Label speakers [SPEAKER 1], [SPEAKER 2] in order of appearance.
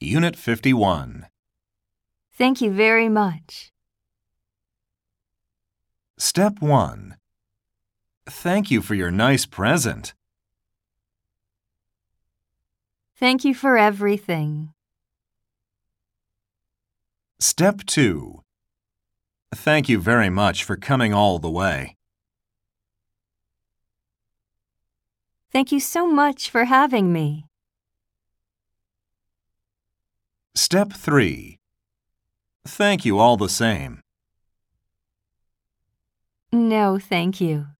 [SPEAKER 1] Unit 51.
[SPEAKER 2] Thank you very much.
[SPEAKER 1] Step 1. Thank you for your nice present.
[SPEAKER 2] Thank you for everything.
[SPEAKER 1] Step 2. Thank you very much for coming all the way.
[SPEAKER 2] Thank you so much for having me.
[SPEAKER 1] Step 3. Thank you all the same.
[SPEAKER 2] No, thank you.